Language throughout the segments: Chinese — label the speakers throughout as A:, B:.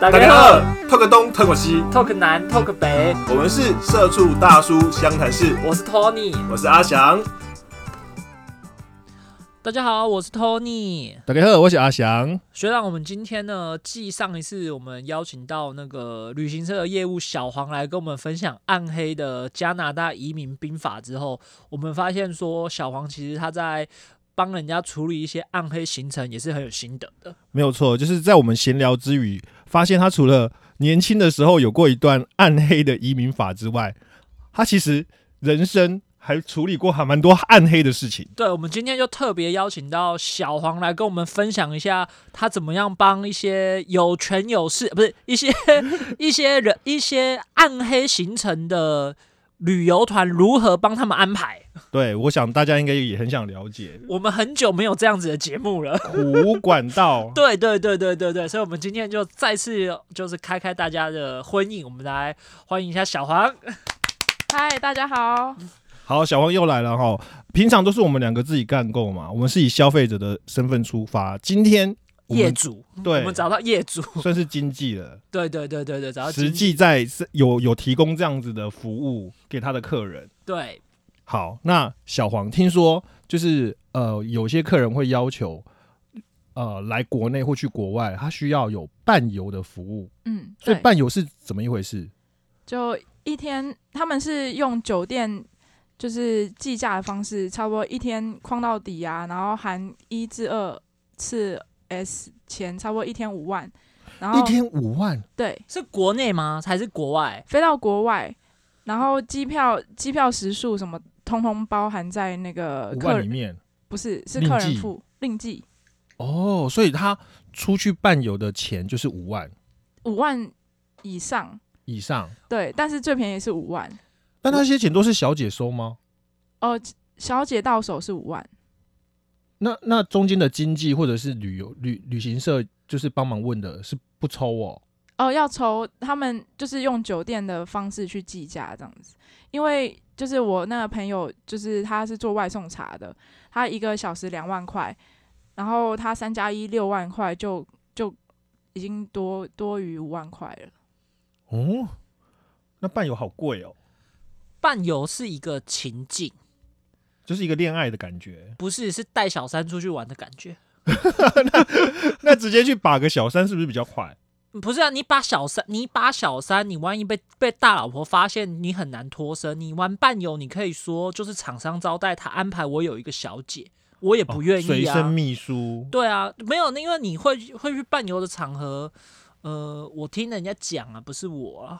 A: 大
B: 大
A: 家
B: 家
A: 好
B: 好，talk 东 talk 西，
A: ，Talk 南 Talk 北，
B: 我们是社畜大叔湘潭市，
A: 我是 Tony。
B: 我是阿翔。
A: 大家好，我是 Tony
C: 大家好，我是阿翔。
A: 学长。我们今天呢，继上一次我们邀请到那个旅行社的业务小黄来跟我们分享暗黑的加拿大移民兵法之后，我们发现说小黄其实他在帮人家处理一些暗黑行程也是很有心得的。
C: 没有错，就是在我们闲聊之余，发现他除了年轻的时候有过一段暗黑的移民法之外，他其实人生还处理过还蛮多暗黑的事情。
A: 对，我们今天就特别邀请到小黄来跟我们分享一下，他怎么样帮一些有权有势，不是一 些一些人一些暗黑行程的旅游团如何帮他们安排。
C: 对，我想大家应该也很想了 解
A: 我们很久没有这样子的节目了。
C: 苦管道。
A: 对对对对对对，所以我们今天就再次就是开开大家的婚姻，我们来欢迎一下小 黄。
D: 嗨，大家好。
C: 好，小黄又来了哈。平常都是我们两个自己干够嘛，我们是以消费者的身份出发。今天我
A: 业
C: 们
A: 主，我
C: 对
A: 们找到业主，
C: 算是经济了，
A: 对对对对对，找到
C: 实
A: 经纪
C: 际在是有有提供这样子的服务给他的客人。
A: 对
C: 好，那小黄，听说就是呃，有些客人会要求，呃，来国内或去国外，他需要有伴游的服务。
D: 嗯，
C: 所以
D: 对，
C: 伴游是怎么一回事？
D: 就一天，他们是用酒店就是计价的方式，差不多一天框到底啊，然后含一至二次 S 钱，差不多一天五万，然后
C: 一天五万，
D: 对
A: 是国内吗？还是国外？
D: 飞到国外，然后机票、机票时数什么，通通包含在那个
C: 五
D: 呃客
C: 万里
D: 人
C: 面
D: 不是是
C: 另
D: 客
C: 计
D: 人付另计
C: 哦，所以他出去伴游的钱就是五万
D: 五万以上，
C: 以上。
D: 对，但是最便宜是五万，
C: 但那些钱都是小姐收吗？
D: 哦、小姐到手是五万。
C: 那那中间的经济或者是旅游旅旅行社，就是帮忙问的是不抽哦。
D: 哦，要抽他们就是用酒店的方式去计价这样子，因为就是我那个朋友，就是他是做外送茶的，他一个小时两万块，然后他三加一六万块就就已经多多于五万块了。
C: 哦，那伴游好贵哦，
A: 伴游是一个情境，
C: 就是一个恋爱的感觉。
A: 不是是带小三出去玩的感觉。
C: 那直接去把个小三是不是比较快？
A: 不是啊，你把小三，你把小三，你万一被被大老婆发现，你很难脱身。你玩伴游，你可以说就是厂商招待他安排我有一个小姐，我也不愿
C: 随
A: 意
C: 身
A: 啊。
C: 秘书，
A: 对啊，没有，因为你会会去伴游的场合，呃，我听人家讲啊，不是我啊，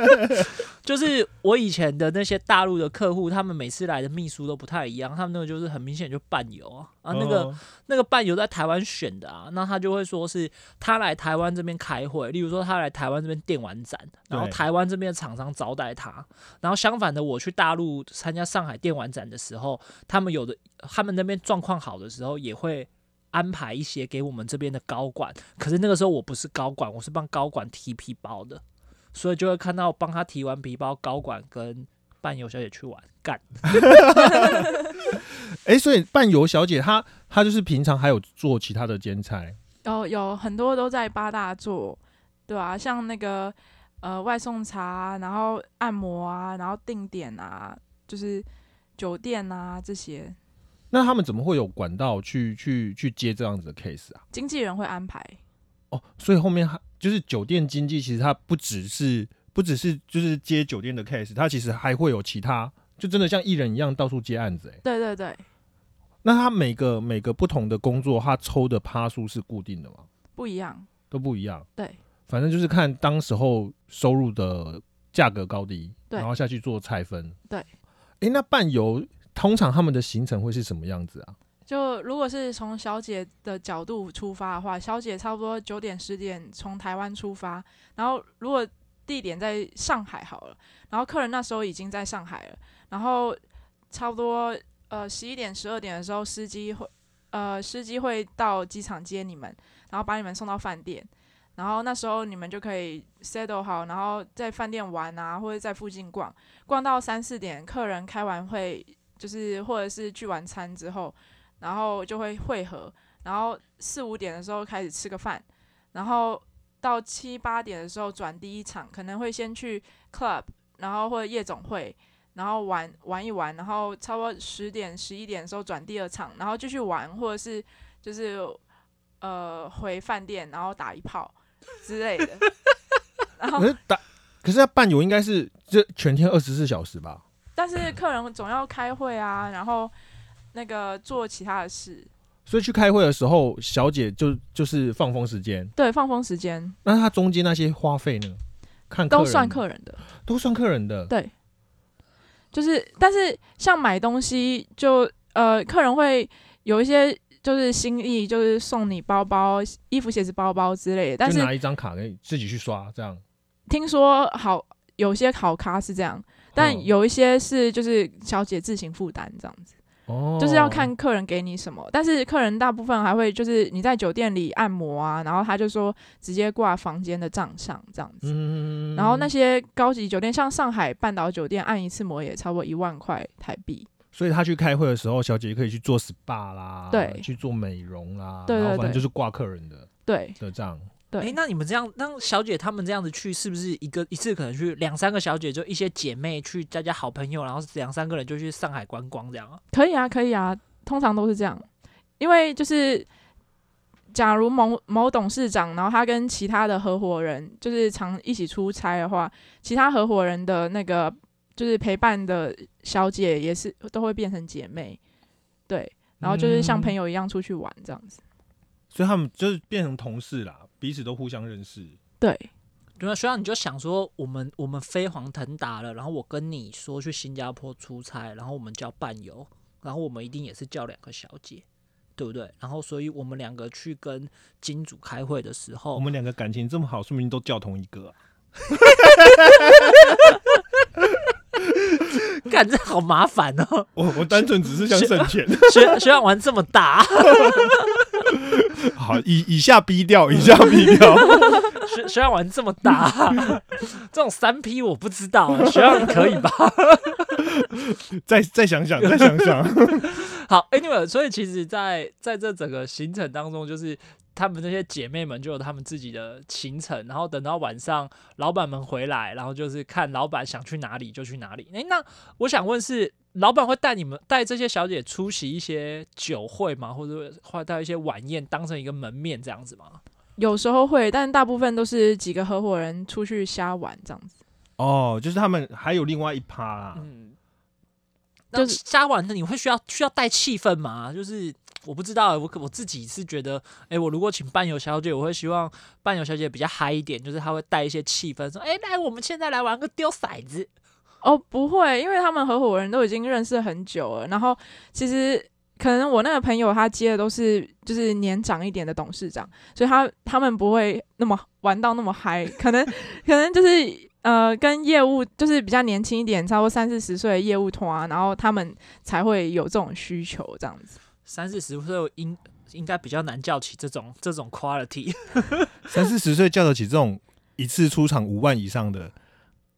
A: 就是我以前的那些大陆的客户，他们每次来的秘书都不太一样，他们那个就是很明显就伴游啊啊那个。
C: 哦
A: 那个伴游在台湾选的啊，那他就会说是他来台湾这边开会，例如说他来台湾这边电玩展，然后
C: 对
A: 台湾这边的厂商招待他，然后相反的，我去大陆参加上海电玩展的时候，他们有的他们那边状况好的时候也会。安排一些给我们这边的高管，可是那个时候我不是高管，我是帮高管提皮包的，所以就会看到帮他提完皮包，高管跟伴游小姐去玩干。
C: 哎、所以伴游小姐她她就是平常还有做其他的兼差，
D: 然后有很多都在八大做，对啊，像那个呃外送茶啊，然后按摩啊，然后定点啊，就是酒店啊这些，
C: 那他们怎么会有管道去去去接这样子的 case 啊？
D: 经纪人会安排。
C: 哦，所以后面还就是酒店经济，其实它不只是不只是就是接酒店的 case，它其实还会有其他，就真的像艺人一样到处接案子、诶欸
D: 对对对，
C: 那他每个每个不同的工作，他抽的趴数是固定的吗？
D: 不一样。
C: 都不一样。
D: 对，
C: 反正就是看当时候收入的价格高低，
D: 对
C: 然后下去做拆分。
D: 对
C: 诶，那伴游通常他们的行程会是什么样子啊？
D: 就如果是从小姐的角度出发的话，小姐差不多九点十点从台湾出发，然后如果地点在上海好了，然后客人那时候已经在上海了，然后差不多呃十一点十二点的时候，司机会呃司机会到机场接你们，然后把你们送到饭店，然后那时候你们就可以 settle 好，然后在饭店玩啊，或者在附近逛，逛到三四点，客人开完会就是或者是聚完餐之后。然后就会汇合，然后四五点的时候开始吃个饭，然后到七八点的时候转第一场，可能会先去 club，然后或者夜总会，然后玩玩一玩，然后差不多十点十一点的时候转第二场，然后继续玩，或者是就是呃回饭店然后打一炮之类 的。然后
C: 可，是打，可是要伴游应该是这全天二十四小时吧？
D: 但是客人总要开会啊，然后那个做其他的事，
C: 所以去开会的时候，小姐就就是放风时间。
D: 对，放风时间
C: 那她中间那些花费呢？看客人
D: 都算客人的。
C: 都算客人的。
D: 对，就是但是像买东西就，呃，客人会有一些就是心意，就是送你包包、衣服、鞋子、包包之类的。但
C: 就是拿一张卡给你自己去刷，这样。
D: 听说好有些好咖是这样，但
C: 嗯
D: 有一些是就是小姐自行负担这样子，
C: 哦，
D: 就是要看客人给你什么。但是客人大部分还会就是你在酒店里按摩啊，然后他就说直接挂房间的账上这样子。
C: 嗯，嗯
D: 然后那，些高级酒店，像上海半岛酒店，按一次摩也差不多一万块台币。
C: 所以她去开会的时候，小姐可以去做 SPA 啦，
D: 对
C: 去做美容啦，
D: 对对
C: 然后反正
D: 对
C: 就是挂客人的
D: 对
C: 的账。
D: 对，
A: 哎、那你们这样，那小姐她们这样子去，是不是一个一次可能去两三个小姐，就一些姐妹去加加好朋友，然后两三个人就去上海观光这样啊？
D: 可以啊，可以啊，通常都是这样，因为就是。假如某某董事长，然后他跟其他的合伙人就是常一起出差的话，其他合伙人的那个就是陪伴的小姐也是都会变成姐妹，对，然后就是像朋
C: 友，
D: 友一样出去玩这样子，
C: 所以他们就是变成同事啦，彼此都互相认识。
D: 对，
A: 对啊，所以你就想说，我们我们飞黄腾达了，然后我跟你说去新加坡出差，然后我们叫伴游，然后我们一定也是叫两个小姐，对不对？然后所以我们两个去跟金主开会的时
C: 我
A: 候，
C: 们两个感情这么好，说明都叫同一个啊、
A: 干这好麻烦哦，
C: 我我单纯只是想省钱。
A: 学学长玩这么大，
C: 好，以以下逼掉，以 下逼掉。
A: 学学长玩这么大， 这种三 P 我不知道啊，学长你可以吧？
C: 再再想 想，再想想。
A: 好，Anyway，所以其实在，在这整个行程当中，就是她们这些姐妹们就有她们自己的行程，然后等到晚上老板们回来，然后就是看老板想去哪里就去哪里。诶，那我想问是，老板会带你们带这些小姐出席一些酒会吗？或者会带一些晚宴当成一个门面这样子吗？
D: 有时候会，但大部分都是几个合伙人出去瞎玩这样子，
C: 哦，就是他们还有另外一趴啦。
A: 嗯，
D: 就
A: 那
D: 是
A: 加完的你会需要需要带气氛吗？就是我不知道，我可我自己是觉得，哎、我如果请伴游小姐，我会希望伴游小姐比较嗨一点，就是她会带一些气氛，说，哎、来，我们现在来玩个丢骰子。
D: 哦，不会，因为他们合伙人都已经认识很久了。然后其实可能我那个朋友他接的都是就是年长一点的董事长，所以他他们不会那么玩到那么嗨，可能可能就是呃跟业务就是比较年轻一点，差不多三四十岁的业务团，啊然后他们才会有这种需求这样子。
A: 三四十岁我应应该比较难叫起这种这种 quality，
C: 三四十岁叫得起这种一次出场五万以上的，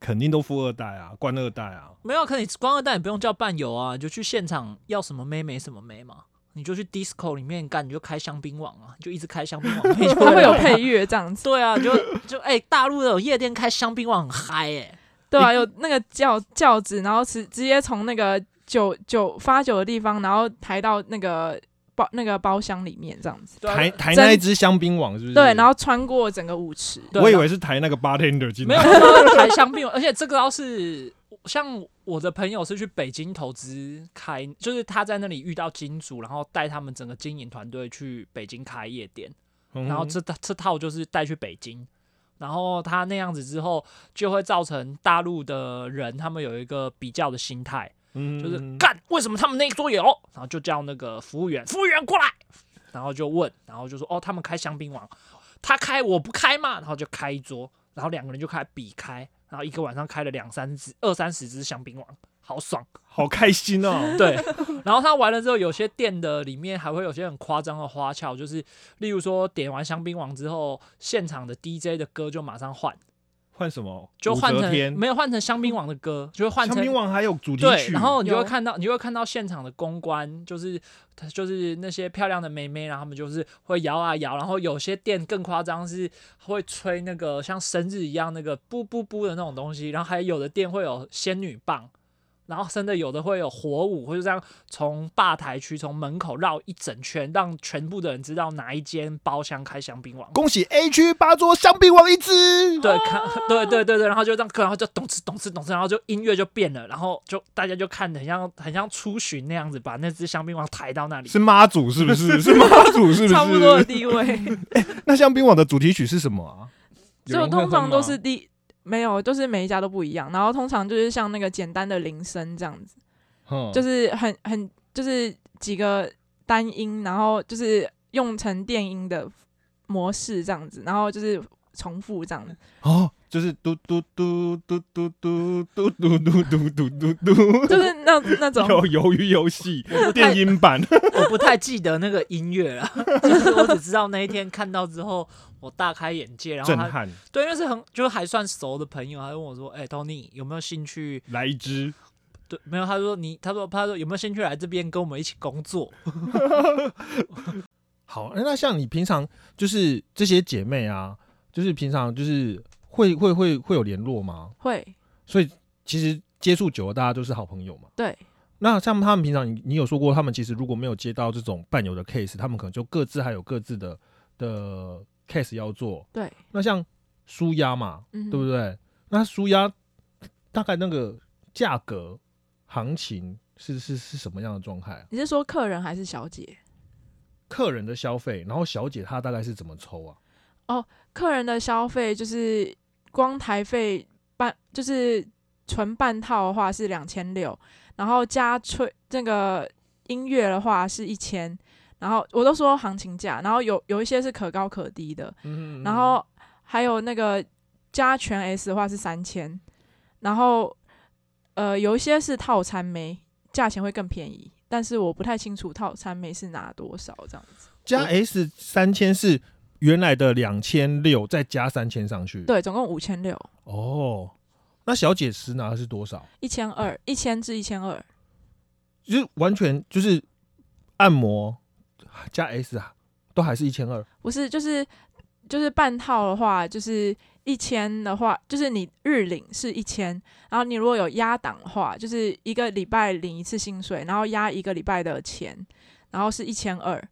C: 肯定都富二代啊，官二代啊。
A: 没有，可你光二代你不用叫伴游啊，你就去现场要什么妹妹什么妹嘛。你就去 disco 里面干，你就开香槟网啊，你就一直开香槟 网，妹就
D: 他会有
A: 来啊
D: 配乐这样子，
A: 对啊，就就哎、大陆的夜店开香槟网很嗨哎、
D: 对啊，有那个轿轿子，然后直直接从那个酒酒发酒的地方，然后抬到那个包那个包厢里面这样子。
A: 对
C: 台
A: 啊
C: 台那一支香槟网是不是？
D: 对，然后穿过整个舞池。
A: 对
C: 我以
A: 那
C: 为是台那个 bartender 进
A: 没有
C: 来。
A: 台香槟， 而且这个要是像我的朋友是去北京投资开，就是他在那里遇到金主，然后带他们整个经营团队去北京开夜店，
C: 嗯
A: 然后这这套就是带去北京。然后他那样子之后，就会造成大陆的人他们有一个比较的心态，
C: 嗯
A: 就是干，为什么他们那一桌有？然后就叫那个服务员，服务员过来，然后就问，然后就说哦，他们开香槟王，他开我不开嘛，然后就开一桌，然后两个人就开始比开，然后一个晚上开了两三支、二三十支香槟王，好爽。
C: 好开 心哦。
A: 对，然后他完了之后，有些店的里面还会有些很夸张的花俏，就是例如说点完香槟王之后，现场的 DJ 的歌就马上换。
C: 换什么？
A: 就换
C: 武则
A: 成
C: 天
A: 没有换成香槟王的歌，就会换
C: 香
A: 成
C: 槟王还有主题
A: 对，
C: 曲，
A: 然后你就会
D: 有
A: 看到，你就会看到现场的公关，就是他就是那些漂亮的妹妹，然后他们就是会摇啊摇，然后有些店更夸张，是会吹那个像生日一样那个布布布的那种东西，然后还有的店会有仙女棒。然后甚至有的会有火舞，或者这样从吧台区从门口绕一整圈，让全部的人知道哪一间包厢开香槟王。
C: 恭喜 A 区八桌香槟王一只。
A: 对，看，对对对对，然后就这样，然后就咚哧咚哧咚哧，然后就音乐就变了，然后就大家就看得很像很像出巡那样子，把那只香槟王抬到那里。
C: 是妈祖是 不是？是妈祖是不是？
D: 差不多的 地位。
C: 那香槟王的主题曲是什么啊？有
D: 所以我
C: 人会
D: 通常
C: 哼
D: 都
C: 吗
D: 是第没有，就是每一家都不一样。然后通常就是像那个简单的铃声这样子，
C: 嗯
D: 就是很很就是几个单音，然后就是用成电音的模式这样子，然后就是重复这样 子。
C: 哦，就是嘟嘟嘟嘟嘟嘟嘟嘟嘟嘟嘟嘟嘟，
D: 就是那那种
C: 有鱿鱼游戏电音版，
A: 我不太记得那个音乐了， 就是我只知道那一天看到之后，我大开眼界，然后
C: 震
A: 他
C: 撼，
A: 对，那是很就是还算熟的朋友，他问我说：“哎、t o n y 有没有兴趣
C: 来一支。？”
A: 对，没有，他说你，他说他说有没有兴趣来这边跟我们一起工作？
C: 好，那像你平常就是这些姐妹啊，就是平常就是会会会会有联络吗？
D: 会
C: 所以其实接触久了，大家都是好朋友嘛。
D: 对
C: 那像他们平常，你你有说过，他们其实如果没有接到这种伴游的 case，他们可能就各自还有各自的的 case 要做。
D: 对，
C: 那像舒压嘛，
D: 嗯，
C: 对不对？那舒压大概那个价格行情是是是什么样的状态啊？
D: 你是说客人还是小姐？
C: 客人的消费，然后小姐她大概是怎么抽啊？
D: 客人的消费就是光台费半，就是纯半套的话是两千六，然后加吹那个音乐的话是一千，然后我都说行情价，然后有有一些是可高可低的，
C: 嗯
D: 然后还有那个加全 S 的话是三千，然后呃有一些是套餐没，价钱会更便宜，但是我不太清楚套餐没是拿多少这样子，
C: 加 S 三千是原来的两千六，再加三千上去。，
D: 对，总共五千六，
C: 哦，那小姐实拿的是多少？
D: 一千二，一千至一千二。
C: 就是完全就是按摩加 S 啊，都还是一千二。
D: 不是，就是就是半套的话，就是一千的话，就是你日领是一千，然后你如果有压档的话，就是一个礼拜领一次薪水，然后压一个礼拜的钱，然后是一千二。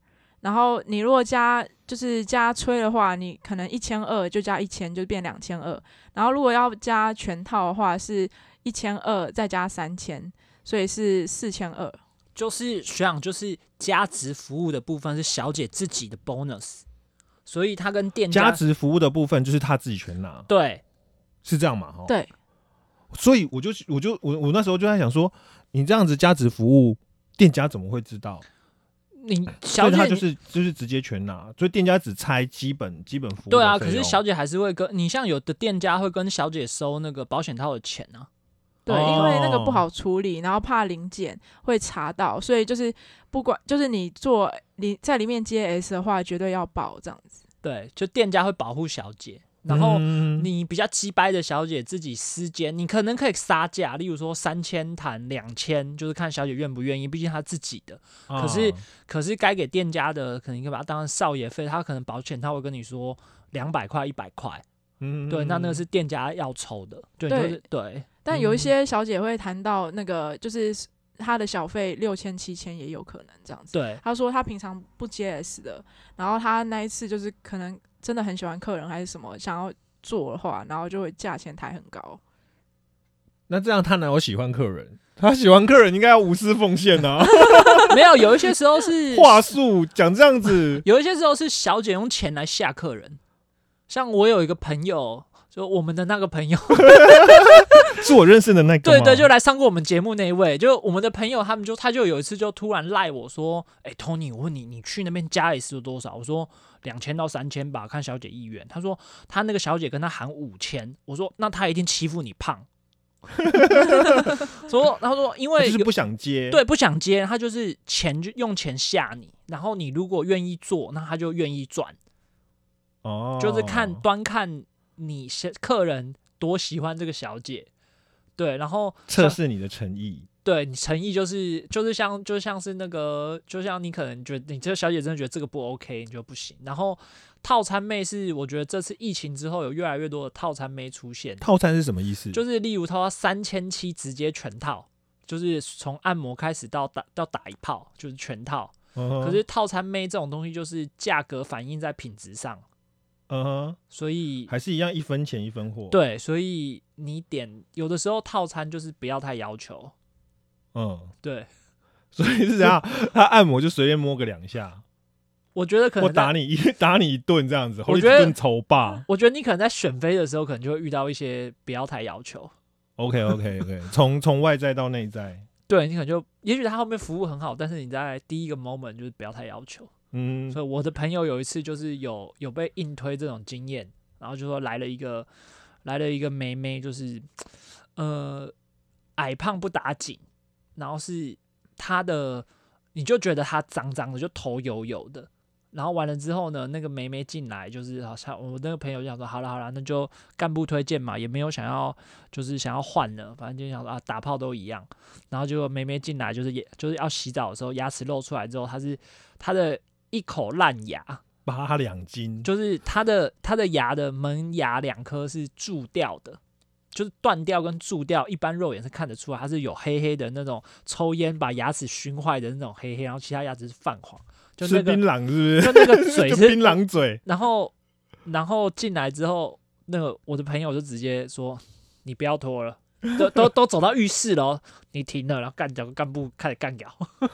D: 然后你如果加就是加吹的话，你可能一千二就加一千，就变两千二。然后如果要加全套的话，是一千二再加三千，所以是四千二。
A: 就是学长，就是加值服务的部分是小姐自己的 bonus，所以她跟店
C: 加
A: 家
C: 值服务的部分就是她自己全拿，
A: 对
C: 是这样嘛？哈，
D: 对，
C: 所以我就我就我我那时候就在想说，你这样子加值服务，店家怎么会知道？
A: 你
C: 呃所
A: 小
C: 以
A: 姐
C: 他就
A: 你
C: 是就是直接全拿，所以店家只拆基本基本服务的费用。
A: 对啊，可是小姐还是会跟你，像有的店家会跟小姐收那个保险套的钱啊。
D: 对，因为那个
C: 哦
D: 不好处理，然后怕零检会查到，所以就是不管就是你做你在里面接 S 的话，绝对要保这样子。
A: 对，就店家会保护小姐，然后
C: 嗯
A: 你比较鸡掰的小姐自己私间，你可能可以杀价，例如说三千谈两千，就是看小姐愿不愿意，毕竟她自己的。可是
C: 啊
A: 可是该给店家的，可能可以把它当成少爷费，他可能保险套会跟你说两百块、一百块，
C: 嗯
A: 对，那那个是店家要抽的，对，
D: 对
A: 就是对。
D: 但
C: 嗯
D: 有一些小姐会谈到那个，就是她的小费六千、七千也有可能这样子。
A: 对，
D: 她说她平常不接 S 的，然后她那一次就是可能真的很喜欢客人还是什么，想要做的话，然后就会价钱抬很高。
C: 那这样他哪有喜欢客人？他喜欢客人应该要无私奉献啊，
A: 没有有一些时候 是，
C: 话术讲这样子
A: 有一些时候是小姐用钱来吓客人，像我有一个朋友，就我们的那个朋 友，
C: 是我认识的那个
A: 对
C: 吗。
A: 对，就来上过我们节目那一位，就我们的朋友，他们就他就有一次就突然赖我说，哎、t o n y 我问你，你去那边加一次多少？我说两千到三千吧，看小姐意愿。他说他那个小姐跟他喊五千，我说那他一定欺负你胖。 说，他说因
C: 他
A: 为
C: 就是
A: 有
C: 不想接。
A: 对，不想接，他就是钱就用钱吓你，然后你如果愿意做，那他就愿意赚。
C: 哦，
A: 就是看端看你是客人多喜欢这个小姐，对，然后
C: 测试你的诚意。
A: 对你诚意就是就是像就像是那个，就像你可能觉得你这个小姐真的觉得这个不 OK，你就不行。然后套餐妹是我觉得这次疫情之后有越来越多的套餐妹出现，
C: 套餐是什么意思？
A: 就是例如她三千七直接全套，就是从按摩开始到打到打一炮就是全套。
C: 嗯哼
A: 可是套餐妹这种东西就是价格反映在品质上，
C: 嗯哼，
A: 所以
C: 还是一样一分钱一分货。，
A: 对，所以你点有的时候套餐就是不要太要求，
C: 嗯，
A: 对。
C: 所以是这样，他按摩就随便摸个两下，
A: 我觉得可能
C: 或
A: 在
C: 打你一 打你一顿这样子，或
A: 我
C: 者一
A: 觉得
C: 顿抽吧。
A: 我觉得你可能在选妃的时候，可能就会遇到一些不要太要求。
C: OK OK OK，从从外在到内在，
A: 对你可能就，也许他后面服务很好，但是你在第一个 moment 就是不要太要求。
C: 嗯
A: 所以我的朋友有一次就是有有被硬推这种经验，然后就说来了一个来了一个妹妹，就是呃矮胖不打紧，然后是她的你就觉得她脏脏的，就头油油的。然后完了之后呢，那个妹妹进来，就是好像我那个朋友就想说，好了好了，那就干部推荐嘛，也没有想要就是想要换了，反正就想说啊打炮都一样。然后结果妹妹进来就是也就是要洗澡的时候，牙齿露出来之后，她是她的一口烂牙，
C: 八两斤，
A: 就是它的它的牙的门牙两颗是蛀掉的，就是断掉跟蛀掉，一般肉眼是看得出来，它是有黑黑的那种抽烟把牙齿熏坏的那种黑黑，然后其他牙齿是泛黄，就那
C: 吃
A: 个
C: 槟榔是
A: 就那个
C: 不
A: 嘴，
C: 是？就是槟榔嘴，
A: 然后然后进来之后，那个我的朋友就直接说你不要拖了。都都都走到浴室了哦，你停了，然后干掉干部开始干掉，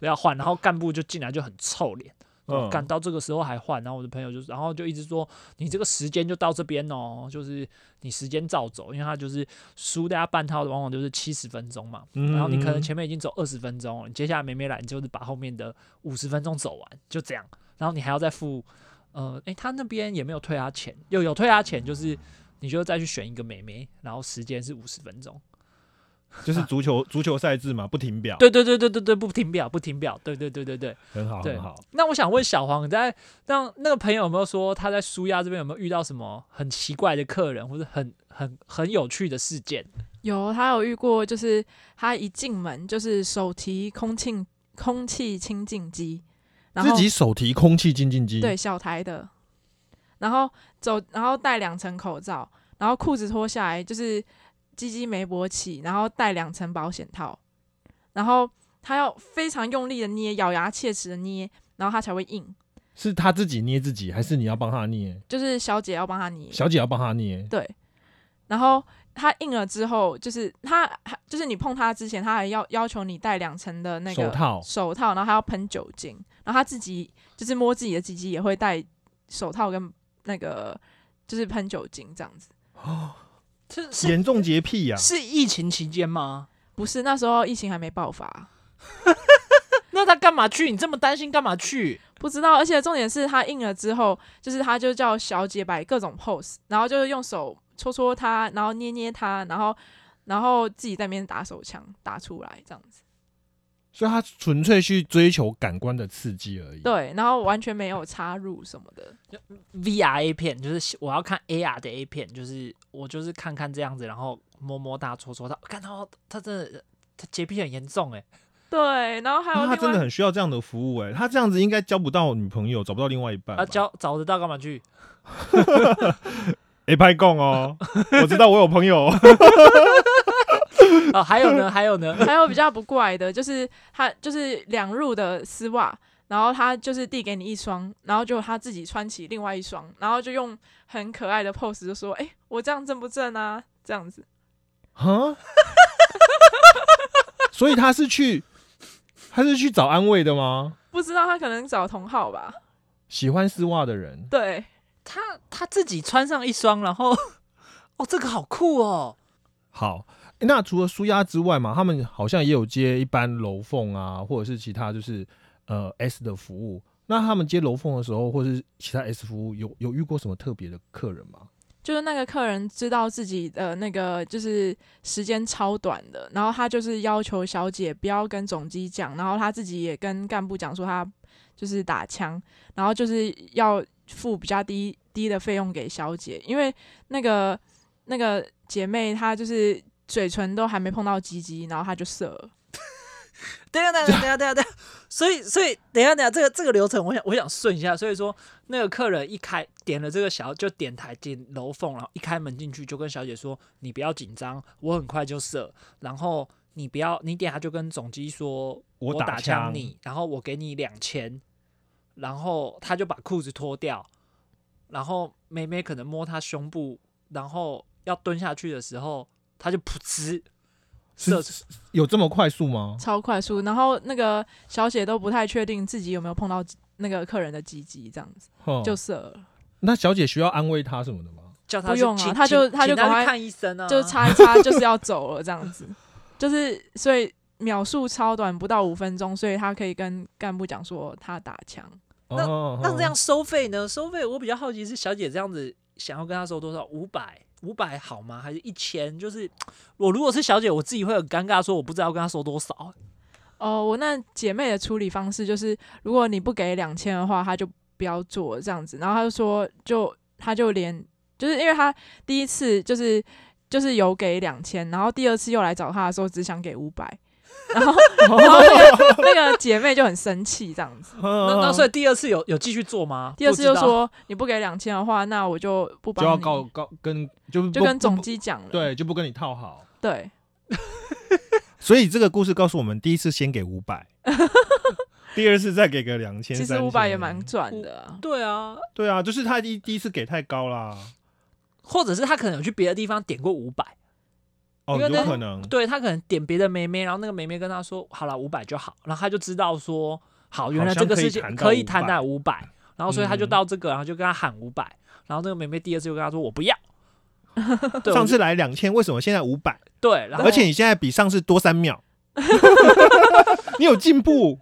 A: 不要换，然后干部就进来就很臭脸。
C: 嗯，
A: 赶到这个时候还换，然后我的朋友就是，然后就一直说你这个时间就到这边哦，就是你时间照走，因为他就是输大家半套的，往往就是七十分钟嘛，
C: 嗯
A: 然后你可能前面已经走二十分钟了，你接下来没没来，你就是把后面的五十分钟走完，就这样，然后你还要再付，呃，诶，他那边也没有退他钱，又有退他钱，就是你就再去选一个美眉，然后时间是五十分钟，
C: 就是足球足球赛制嘛，不停表，
A: 对对对对对对，不停表不停表，对对对对对。
C: 很好
A: 对
C: 很好。
A: 那我想问小黄，你在让那个朋友有没有说他在舒压这边有没有遇到什么很奇怪的客人，或者很很很有趣的事件？
D: 有，他有遇过，就是他一进门就是手提空气空气清净机，然后
C: 自己手提空气净净机，
D: 对，小台的，然后走，然后戴两层口罩，然后裤子脱下来就是鸡鸡没勃起，然后戴两层保险套，然后他要非常用力的捏，咬牙切齿的捏，然后他才会硬，
C: 是他自己捏自己，还是你要帮他捏？
D: 就是小姐要帮他捏，
C: 小姐要帮他捏，
D: 对，然后他硬了之后，就是他就是你碰他之前，他还要要求你戴两层的那个
C: 手套
D: 手套，然后还要喷酒精，然后他自己就是摸自己的鸡鸡也会戴手套跟那个就是喷酒精这样子。
A: 是是
C: 严重洁癖呀、
A: 是疫情期间吗？
D: 不是那时候疫情还没爆发，
A: 那他干嘛去？你这么担心干嘛去？
D: 不知道，而且重点是他硬了之后，就是他就叫小姐摆各种 pose，然后就是用手戳戳他，然后捏捏他，然后然后自己在那边打手枪打出来这样子。
C: 所以他纯粹去追求感官的刺激而已。，
D: 对，然后完全没有插入什么的。
A: VR A 片，就是我要看 AR 的 A 片，就是我就是看看这样子，然后摸摸他、戳戳他，看他他真的他洁癖很严重哎、
D: 对，然后还有
C: 那
D: 另
C: 啊他
D: 外
C: 真的很需要这样的服务哎、他这样子应该交不到女朋友，找不到另外一
D: 呃
C: 半吧。
A: 啊交找得到干嘛去？
C: 哎拍供 哦，我知道我有朋友，哦
A: 啊，还有呢，还有 呢，
D: 还有比较不怪的，就是他就是两入的丝袜，然后他就是递给你一双，然后就他自己穿起另外一双，然后就用很可爱的 pose 就说：“哎、我这样正不正啊？”这样子，
C: 哈，所以他是去，他是去找安慰的吗？
D: 不知道他可能找同好吧？
C: 喜欢丝袜的人，
D: 对，
A: 他他自己穿上一双，然后 哦，这个好酷哦。
C: 好。诶那除了舒压之外嘛，他们好像也有接一般楼缝啊，或者是其他就是呃 S 的服务。那他们接楼缝的时候，或是其他 S 服务，有有遇过什么特别的客人吗？
D: 就是那个客人知道自己的那个就是时间超短的，然后他就是要求小姐不要跟总机讲，然后他自己也跟干部讲说他就是打枪，然后就是要付比较低低的费用给小姐，因为那个那个姐妹她就是嘴唇都还没碰到鸡鸡，然后她就射了。
A: 等一下，等一下，等一下，等一下，等一下。啊所以，所以，等一下，等一下，这个这个流程，我想我想顺一下。所以说，那个客人一开点了这个小，就点台点楼缝，然后一开门进去就跟小姐说：“你不要紧张，我很快就射。”然后你不要，你等一下就跟总机说：“
C: 我打
A: 打
C: 枪
A: 你，然后我给你两千。”然后他就把裤子脱掉，然后妹妹可能摸他胸部，然后要蹲下去的时候，他就噗嗤射出。
C: 有这么快速吗？
D: 超快速，然后那个小姐都不太确定自己有没有碰到那个客人的鸡鸡，这样子
C: 哼
D: 就射了，
C: 那小姐需要安慰她什么的吗？
A: 叫他
D: 不
A: 去
D: 用啊
A: 请
D: 他就
A: 请
D: 他就
A: 请
D: 赶
A: 去
D: 快
A: 看医生啊，
D: 就擦一擦就是要走了，这样子，就是所以秒数超短，不到五分钟，所以她可以跟干部讲说她打枪，
C: 哦
A: 那这样收费呢？收费我比较好奇是小姐这样子想要跟他收多少？五百，五百好吗？还是一千？就是我如果是小姐，我自己会很尴尬，说我不知道跟他收多少。欸
D: 哦，我那姐妹的处理方式就是，如果你不给两千的话，她就不要做这样子。然后她就说，就她就连，就是因为她第一次就是就是有给两千，然后第二次又来找她的时候只想给五百，然后然后那个那个姐妹就很生气这样子。
A: 那
C: 那
A: 那所以第二次有有继续做吗？
D: 第二次就
A: 不知道，
D: 说你不给两千的话，那我就不
C: 就要
D: 帮
C: 告
D: 你，
C: 告跟就
D: 就
C: 不
D: 跟总
C: 不
D: 机讲了。
C: 对就不跟你套好。
D: 对，
C: 所以这个故事告诉我们，第一次先给五 百，第二次再给个两千，
D: 其实
C: 3000
D: 五百也蛮赚的啊、
A: 对啊，
C: 对啊，就是他第第一次给太高啦，
A: 或者是他可能有去别的地方点过五百，
C: 哦，
A: 因为那
C: 有可能
A: 对他可能点别的妹妹，然后那个妹妹跟他说好了五百就好，然后他就知道说好，原来这个事情
C: 好像
A: 可
C: 可
A: 以
C: 以
A: 谈
C: 谈
A: 到
C: 到
A: 五百，然后所以他就
C: 嗯
A: 到这个，然后就跟他喊五百，然后那个妹妹第二次就跟他说我不要。对我
C: 上
A: 就
C: 次来两千，为什么现在五百？
A: 对，然后
C: 而且你现在比上次多 三秒，你有进步。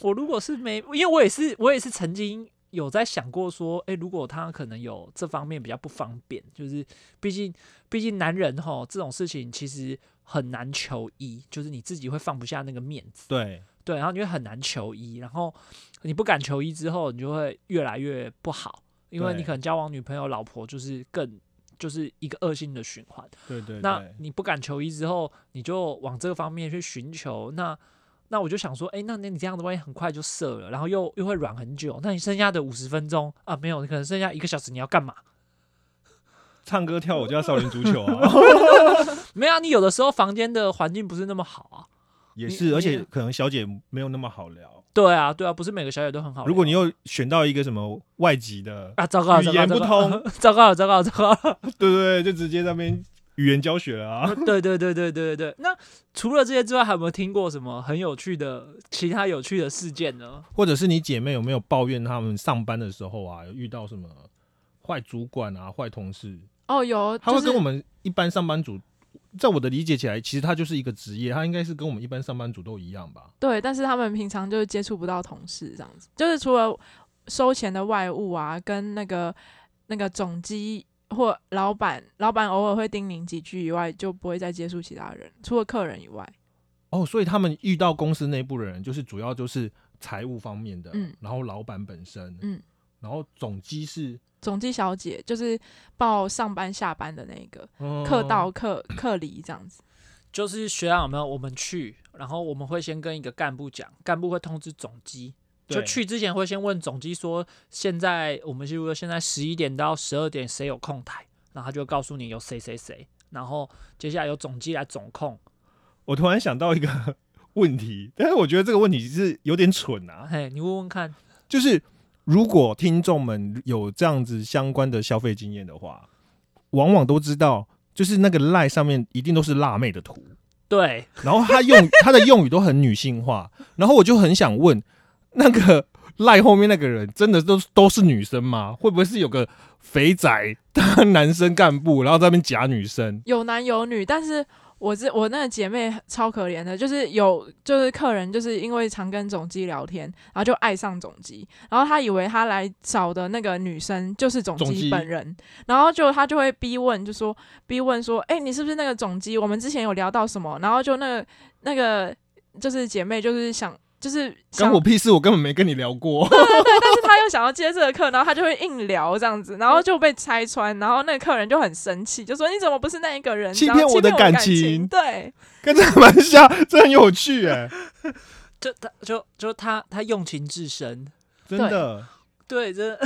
A: 我如果是没，因为我也是我也是曾经有在想过说，诶，如果他可能有这方面比较不方便，就是毕竟毕竟男人哈这种事情其实很难求医，就是你自己会放不下那个面子，
C: 对，
A: 对，然后你会很难求医，然后你不敢求医之后，你就会越来越不好，因为你
C: 对
A: 可能交往女朋友、老婆就是更就是一个恶性的循环。
C: 对对
A: 那
C: 对，
A: 你不敢求医之后，你就往这个方面去寻求。那那我就想说，哎、那那你这样的万一很快就射了，然后又又会软很久，那你剩下的五十分钟啊，没有，你可能剩下一个小时，你要干嘛？
C: 唱歌跳舞就要少林足球啊，
A: 没有、啊，你有的时候房间的环境不是那么好啊。
C: 也
A: 你
C: 是，而且
A: 你
C: 可能小姐没有那么好聊。
A: 对啊，对啊，不是每个小姐都很好聊。
C: 如果你又选到一个什么外籍的，
A: 啊，糟糕了，
C: 语
A: 糟糕了，
C: 言不通
A: 糟糕了， 糟糕了，糟糕了。
C: 对对对，就直接在那边语言教学 了啊。
A: 对对对对对对对。那除了这些之外，还有没有听过什么很有趣的其他有趣的事件呢？
C: 或者是你姐妹有没有抱怨她们上班的时候啊，有遇到什么坏主管啊、坏同事？
D: 哦，有，
C: 她
D: 就
C: 会
D: 是
C: 跟我们一般上班族，在我的理解起来，其实她就是一个职业，她应该是跟我们一般上班族都一样吧？
D: 对，但是他们平常就是接触不到同事这样子，就是除了收钱的外务啊，跟那个那个总机或老板，老板偶尔会叮咛几句以外，就不会再接触其他人，除了客人以外。
C: 哦，所以他们遇到公司内部的人，就是主要就是财务方面的，
D: 嗯
C: 然后老板本身，
D: 嗯，
C: 然后总机是、
D: 总机小姐就是报上班下班的那一个，
C: 嗯
D: 客到客客离这样子。
A: 就是学长有没有我们去，然后我们会先跟一个干部讲，干部会通知总机。就
C: 对
A: 去之前会先问总机说，现在我们是说现在十一点到十二点谁有空台，然后他就会告诉你有谁谁谁，然后接下来由总机来总控。
C: 我突然想到一个问题， 但是我觉得这个问题是有点蠢啊，
A: 嘿，你问问看，
C: 就是如果听众们有这样子相关的消费经验的话，往往都知道，就是那个赖上面一定都是辣妹的图，
A: 对，
C: 然后他用他的用语都很女性化， 然后我就很想问，那个赖后面那个人真的都都是女生吗？会不会是有个肥仔他男生干部，然后在那边夹女生？
D: 有男有女，但是我这我那个姐妹超可怜的，就是有就是客人就是因为常跟总机聊天，然后就爱上总机，然后他以为他来找的那个女生就是总
C: 总
D: 机
C: 机
D: 本人，然后就他就会逼问，就说逼问说，哎、你是不是那个总机？我们之前有聊到什么？然后就那个那个就是姐妹就是想。就是想
C: 关我屁事，我根本没跟你聊过。
D: 但是他又想要接这个课，然后他就会硬聊这样子，然后就被拆穿，然后那个客人就很生气，就说你怎么不是那一个人，
C: 欺
D: 然后
C: 骗我的
D: 的
C: 感情
D: 情？对，
C: 跟这个蛮像，这很有趣哎、
A: 就他就就他他用情至深，
C: 真的。
A: 对，这。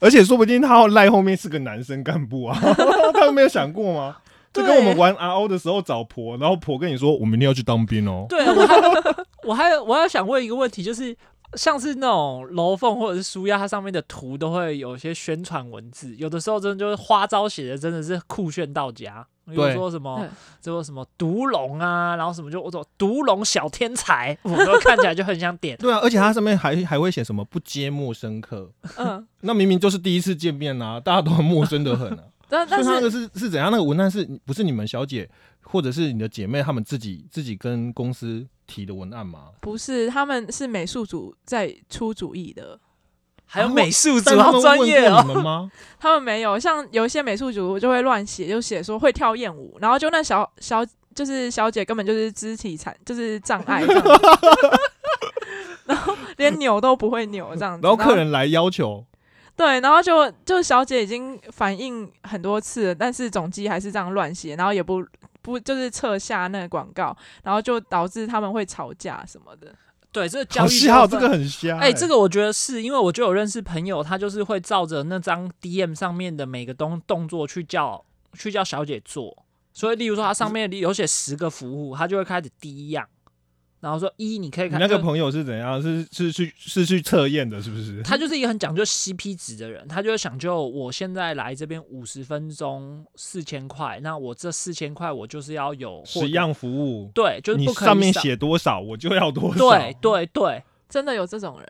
C: 而且说不定他赖后面是个男生干部啊， 他们没有想过吗？就跟我们玩 RO 的时候找婆，然后婆跟你说我明天要去当兵哦
A: 对啊我还我还我还想问一个问题，就是像是那种楼凤或者是书鸭，它上面的图都会有一些宣传文字，有的时候真的就是花招写的真的是酷炫到家。比如
C: 对
A: 说什么
D: 对，
A: 就什么独龙啊，然后什么就我说独龙小天才，我 都看起来就很想点。
C: 对啊，而且他上面还还会写什么不接陌生客，
D: 嗯，
C: 那明明就是第一次见面啊，大家都很陌生的很 啊。
D: 但
C: 所
D: 但
C: 以他那
D: 是
C: 个是是怎样？那个文案是不是你们小姐或者是你的姐妹她们自己自己跟公司提的文案吗？
D: 不是他们是美术组在出主意的，
A: 还有
C: 啊
A: 美术
C: 但
A: 组
C: 他
A: 好
C: 们
A: 专业
C: 问过
A: 哦，
C: 你 们吗？
D: 他们没有像有一些美术组就会乱写，就写说会跳艳舞，然后就那小小就是小姐根本就是肢体残就是障碍这样子。 然后连扭都不会扭这样子，
C: 然后客人来要求，
D: 对，然后就就小姐已经反映很多次了，但是总机还是这样乱写，然后也不不就是撤下那个广告，然后就导致他们会吵架什么的。
A: 对，这个交
C: 好
A: 易
C: 瞎哦，
A: 纠
C: 这
A: 纷
C: 个很瞎、欸
A: 哎、这个我觉得是因为我就有认识朋友，他就是会照着那张 DM 上面的每个动动作去叫去叫小姐做，所以例如说它上面有写十个服务，他就会开始第一样，然后说一你可以
C: 你
A: 看
C: 那个
A: 就
C: 朋友是怎样？是是去是去测验的，是不是？
A: 他就是一个很讲究 CP 值的人，他就会想就我现在来这边五十分钟四千块，那我这四千块我就是要有获得
C: 十样服务，
A: 对，就是
C: 你
A: 不可以
C: 上面
A: 少
C: 写多少，我就要多少。
A: 对，对对，
D: 真的有这种人，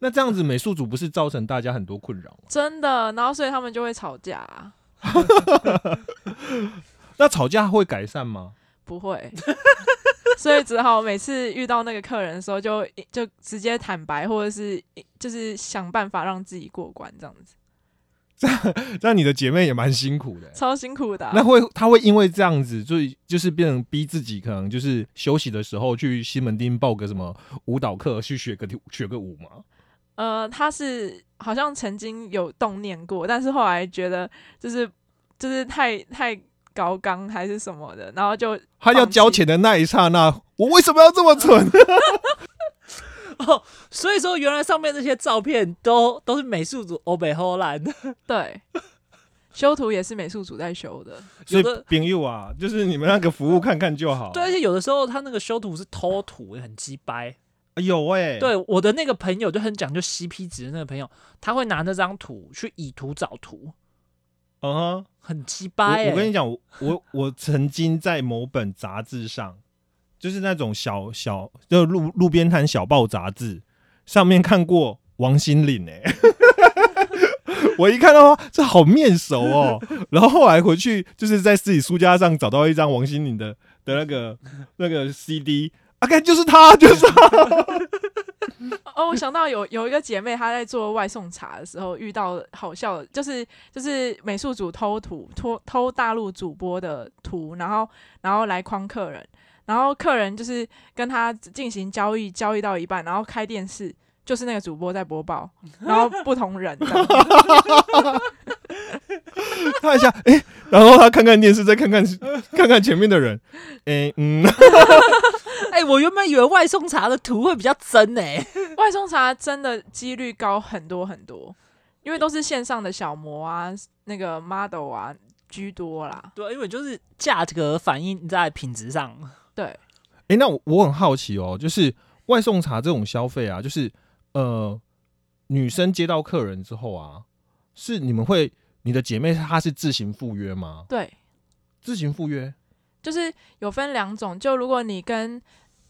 C: 那这样子美术组不是造成大家很多困扰吗？
D: 真的，然后所以他们就会吵架啊、
C: 那吵架会改善吗？
D: 不会， 所以只好每次遇到那个客人的时候就，就直接坦白，或者是就是想办法让自己过关这样子，
C: 这样你的姐妹也蛮辛苦的欸、
D: 超辛苦的啊、
C: 那会，她会因为这样子，就就是变成逼自己，可能就是休息的时候去西门町报个什么舞蹈课，去学个学个舞嘛。
D: 呃，他是好像曾经有动念过，但是后来觉得就是就是太太高纲还是什么的，然后就
C: 她要交钱的那一刹那，我为什么要这么蠢？
A: 哦所以说原来上面这些照片都都是美术组欧北后兰。
D: 对 修图也是美术组在修的，
A: 有
C: 所以
A: 的
C: 朋友啊，就是你们那个服务看看就好。
A: 对，而且有的时候他那个修图是偷图，很鸡掰。
C: 啊，有哎、
A: 对，我的那个朋友就很讲究 CP 值的那个朋友，他会拿那张图去以图找图，
C: 嗯哼。
A: 很鸡
C: 我
A: 掰、欸。
C: 我跟你讲，我我我曾经在某本杂志上，就是那种小小就路路边摊小报杂志上面看过王心凌哎、 我一看到哇这好面熟哦，然后后来回去就是在自己书架上找到一张王心凌的的那个那个 CD，啊，看就是他，就是他，
D: 哦，我想到有有一个姐妹，她在做外送茶的时候遇到好笑的，就是就是美术组偷图偷偷大陆主播的图，然后然后来诓客人，然后客人就是跟他进行交易，交易到一半，然后开电视，就是那个主播在播报，然后不同人这样子，
C: 看一下，哎、然后他看看电视，再看看看看前面的人，哎、嗯，
A: 哎、我原本以为外送茶的图会比较真哎、
D: 外送茶真的几率高很多很多，因为都是线上的小模啊，那个 model 啊居多啦，
A: 对，因为就是价格反映在品质上。
D: 对，
C: 哎、那我我很好奇哦，就是外送茶这种消费啊，就是呃，女生接到客人之后啊，是你们会你的姐妹她是自行赴约吗？
D: 对。
C: 自行赴约
D: 就是有分两种，就如果你跟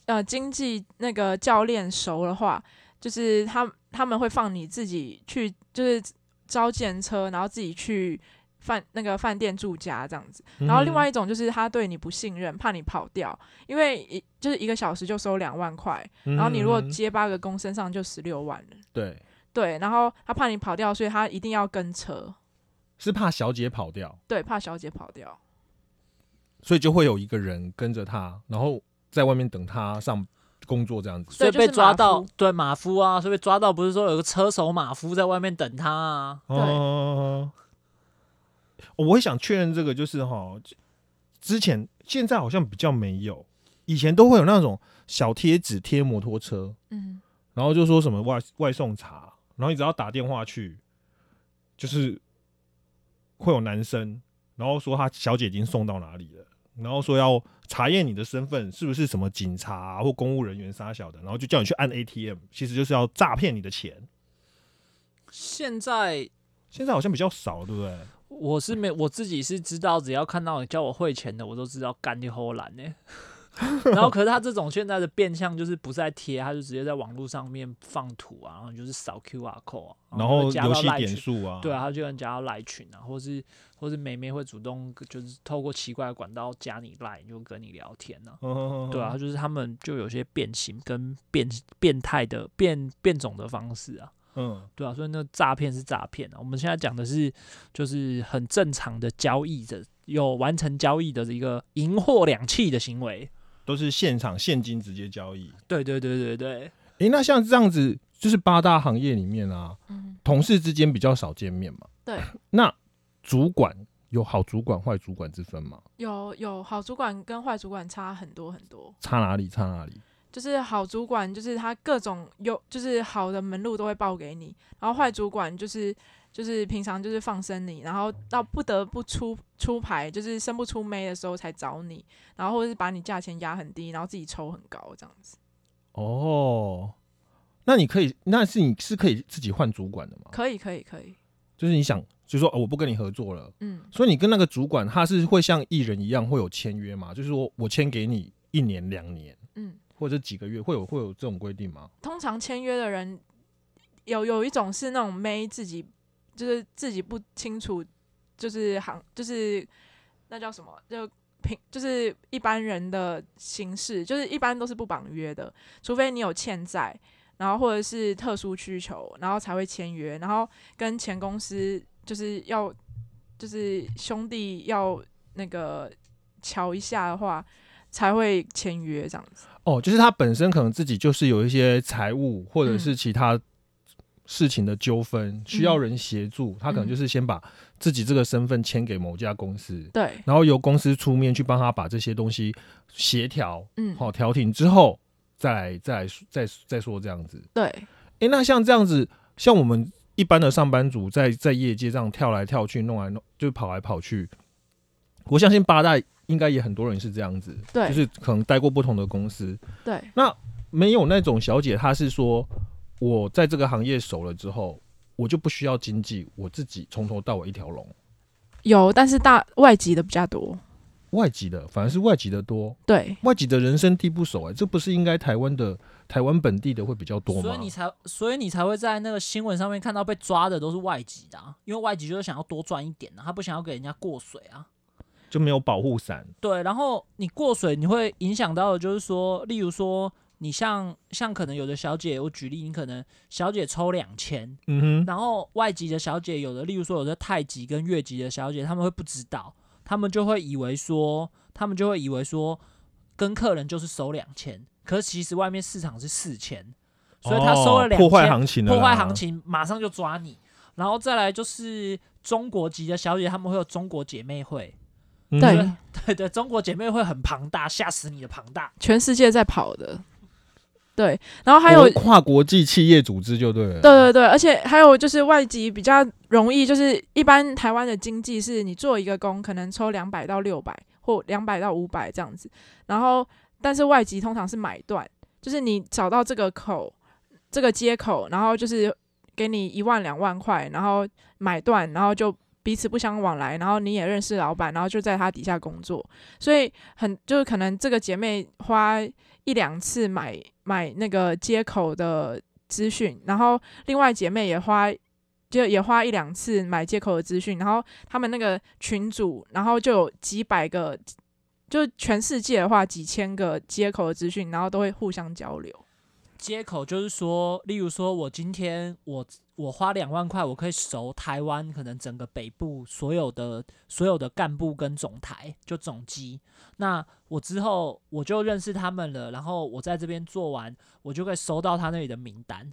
D: 呃经济那个教练熟的话，就是他他们会放你自己去，就是招见车，然后自己去饭那个饭店住家这样子。嗯然后另外一种就是他对你不信任，怕你跑掉，因为一就是一个小时就收两万块，
C: 嗯，
D: 然后你如果
C: 嗯
D: 接八个工身上就十六万了。
C: 对
D: 对，然后他怕你跑掉，所以他一定要跟车，
C: 是怕小姐跑掉，
D: 对，怕小姐跑掉。
C: 所以就会有一个人跟着她，然后在外面等她上工作这样子。
A: 所以
D: 就是
A: 被抓
D: 马
A: 到
D: 夫
A: 对马夫啊，所以被抓到不是说有个车手马夫在外面等他啊？
D: 对
C: 哦，我会想确认这个，就是哈，之前现在好像比较没有，以前都会有那种小贴纸贴摩托车，
D: 嗯，
C: 然后就说什么外外送茶，然后你只要打电话去，就是会有男生，然后说他小姐已经送到哪里了，然后说要查验你的身份是不是什么警察啊、或公务人员啥小的，然后就叫你去按 ATM，其实就是要诈骗你的钱。
A: 现在
C: 现在好像比较少，对不对？
A: 我是没我自己是知道，只要看到你叫我汇钱的，我都知道干你齁懒呢。 然后，可是他这种现在的变相就是不再贴，他就直接在网络上面放图啊，然后你就是扫 QR code 啊，
C: 然后
A: 就加到
C: 游戏
A: LINE
C: 点
A: 群
C: 数啊，
A: 对 啊，他就能加到赖群啊，或是或是妹妹会主动就是透过奇怪的管道加你赖，就跟你聊天呢、
C: 嗯，嗯，嗯
A: 对啊，，就是他们就有些变形跟变变态的变变种的方式啊，
C: 嗯
A: 对啊，所以那诈骗是诈骗啊。我们现在讲的是就是很正常的交易的，有完成交易的一个银货两讫的行为。
C: 都是现场现金直接交易。
A: 对对对对对，
C: 诶，那像这样子，就是八大行业里面啊，
D: 嗯
C: 同事之间比较少见面嘛。
D: 对。
C: 那主管有好主管、坏主管之分吗？
D: 有有好主管跟坏主管差很多很多，
C: 差哪里？差哪里？
D: 就是好主管就是他各种有就是好的门路都会报给你，然后坏主管就是就是平常就是放生你，然后到不得不出出牌，就是生不出妹的时候才找你，然后或者是把你价钱压很低，然后自己抽很高这样子，
C: 哦，那你可以，那是你是可以自己换主管的吗？
D: 可以可以可以，
C: 就是你想，就说、哦、我不跟你合作了，
D: 嗯，
C: 所以你跟那个主管他是会像艺人一样会有签约吗？就是说我签给你一年、两年，
D: 嗯，
C: 或者几个月，会有会有这种规定吗？
D: 通常签约的人有有一种是那种妹自己就是自己不清楚，就是行就是那叫什么就。平就是一般人的形式，就是一般都是不绑约的，除非你有欠债，然后或者是特殊需求，然后才会签约，然后跟前公司就是要就是兄弟要那个瞧一下的话，才会签约这样子。
C: 哦，就是他本身可能自己就是有一些财务或者
D: 嗯
C: 是其他事情的纠纷，需要人协助，他可
D: 嗯
C: 能就是先把自己这个身份签给某家公司，
D: 对，
C: 然后由公司出面去帮他把这些东西协调，
D: 嗯，
C: 好调停之后，再来再来再再说这样子。
D: 对，
C: 诶，那像这样子，像我们一般的上班族在在业界这样跳来跳去，弄来弄，就跑来跑去。我相信八代应该也很多人是这样子，
D: 对
C: 就是可能待过不同的公司，
D: 对，
C: 没有那种小姐，她是说我在这个行业熟了之后，我就不需要经济，我自己从头到尾一条龙。
D: 有，但是大外籍的比较多。
C: 外籍的反而是外籍的多，
D: 对，
C: 外籍的人生地不熟哎、这不是应该台湾的台湾本地的会比较多吗？
A: 所以你才所以你才会在那个新闻上面看到被抓的都是外籍的、啊，因为外籍就是想要多赚一点啊，他不想要给人家过水啊。
C: 就没有保护伞，
A: 对，然后你过水，你会影响到的就是说，例如说，你像像可能有的小姐，我举例，你可能小姐抽两千，
C: 嗯哼，
A: 然后外籍的小姐有的，例如说有的泰籍跟越籍的小姐，他们会不知道，他们就会以为说，他们就会以为说，跟客人就是收两千，可是其实外面市场是四千，所以他收了
C: 哦
A: 两
C: 破坏
A: 千、
C: 行情了，
A: 破坏行。情，马上就抓你。然后再来就是中国籍的小姐，他们会有中国姐妹会，
C: 嗯
D: 对
C: 哼
A: 对对，中国姐妹会很庞大，吓死你的庞大。
D: 全世界在跑的。对，然后还有，
C: 我
D: 对
C: 跨国际企业组织就对了，，
D: 对对，而且还有就是外籍比较容易，就是一般台湾的经济是你做一个工可能抽两百到六百或两百到五百这样子，然后但是外籍通常是买断，就是你找到这个口这个接口，然后就是给你一万两万块，然后买断，然后就彼此不相往来，然后你也认识老板，然后就在他底下工作，所以很就是可能这个姐妹花一两次买买那个接口的资讯，然后另外姐妹也花。就也花一两次买接口的资讯，然后他们那个群组，然后就有几百个，就是全世界的话几千个接口的资讯，然后都会互相交流。
A: 接口就是说，例如说我今天我我花两万块，我可以熟台湾可能整个北部所有的所有的干部跟总台就总机，那我之后我就认识他们了，然后我在这边做完，我就可以收到他那里的名单。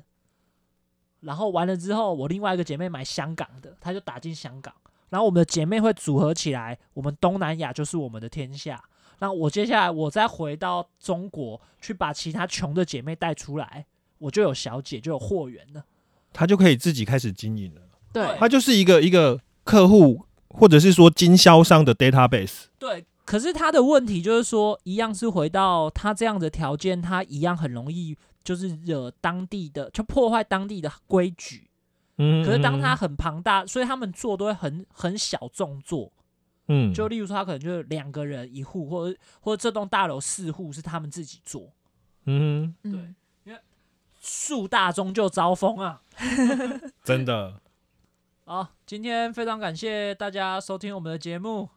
A: 然后完了之后，我另外一个姐妹买香港的，她就打进香港，然后我们的姐妹会组合起来，我们东南亚就是我们的天下。那我接下来我再回到中国去把其他穷的姐妹带出来，我就有小姐，就有货源了。
C: 他就可以自己开始经营了。
D: 对
C: 他就是一个一个客户或者是说经销商的 database。
A: 对，可是他的问题就是说，一样是回到他这样的条件，他一样很容易就是惹当地的，就破坏当地的规矩。
C: 嗯
A: 可是当他很庞大，所以他们做都会很很小众做，
C: 嗯
A: 就例如说他可能就是两个人一户，或者或者这栋大楼四户是他们自己做，
C: 嗯
D: 嗯，
A: 树大终究招风啊。
C: 真的
A: 好，今天非常感谢大家收听我们的节目。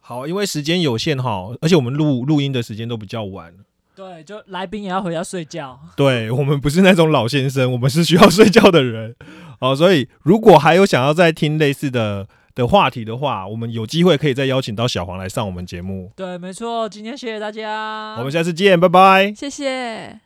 C: 好，因为时间有限哈，而且我们录录音的时间都比较晚。
A: 对，就来宾也要回家睡觉。
C: 对 我们不是那种老先生，我们是需要睡觉的人。 哦，所以如果还有想要再听类似的的话题的话，我们有机会可以再邀请到小黄来上我们节目。
A: 对，没错，今天谢谢大家，
C: 我们下次见，拜拜。
D: 谢谢。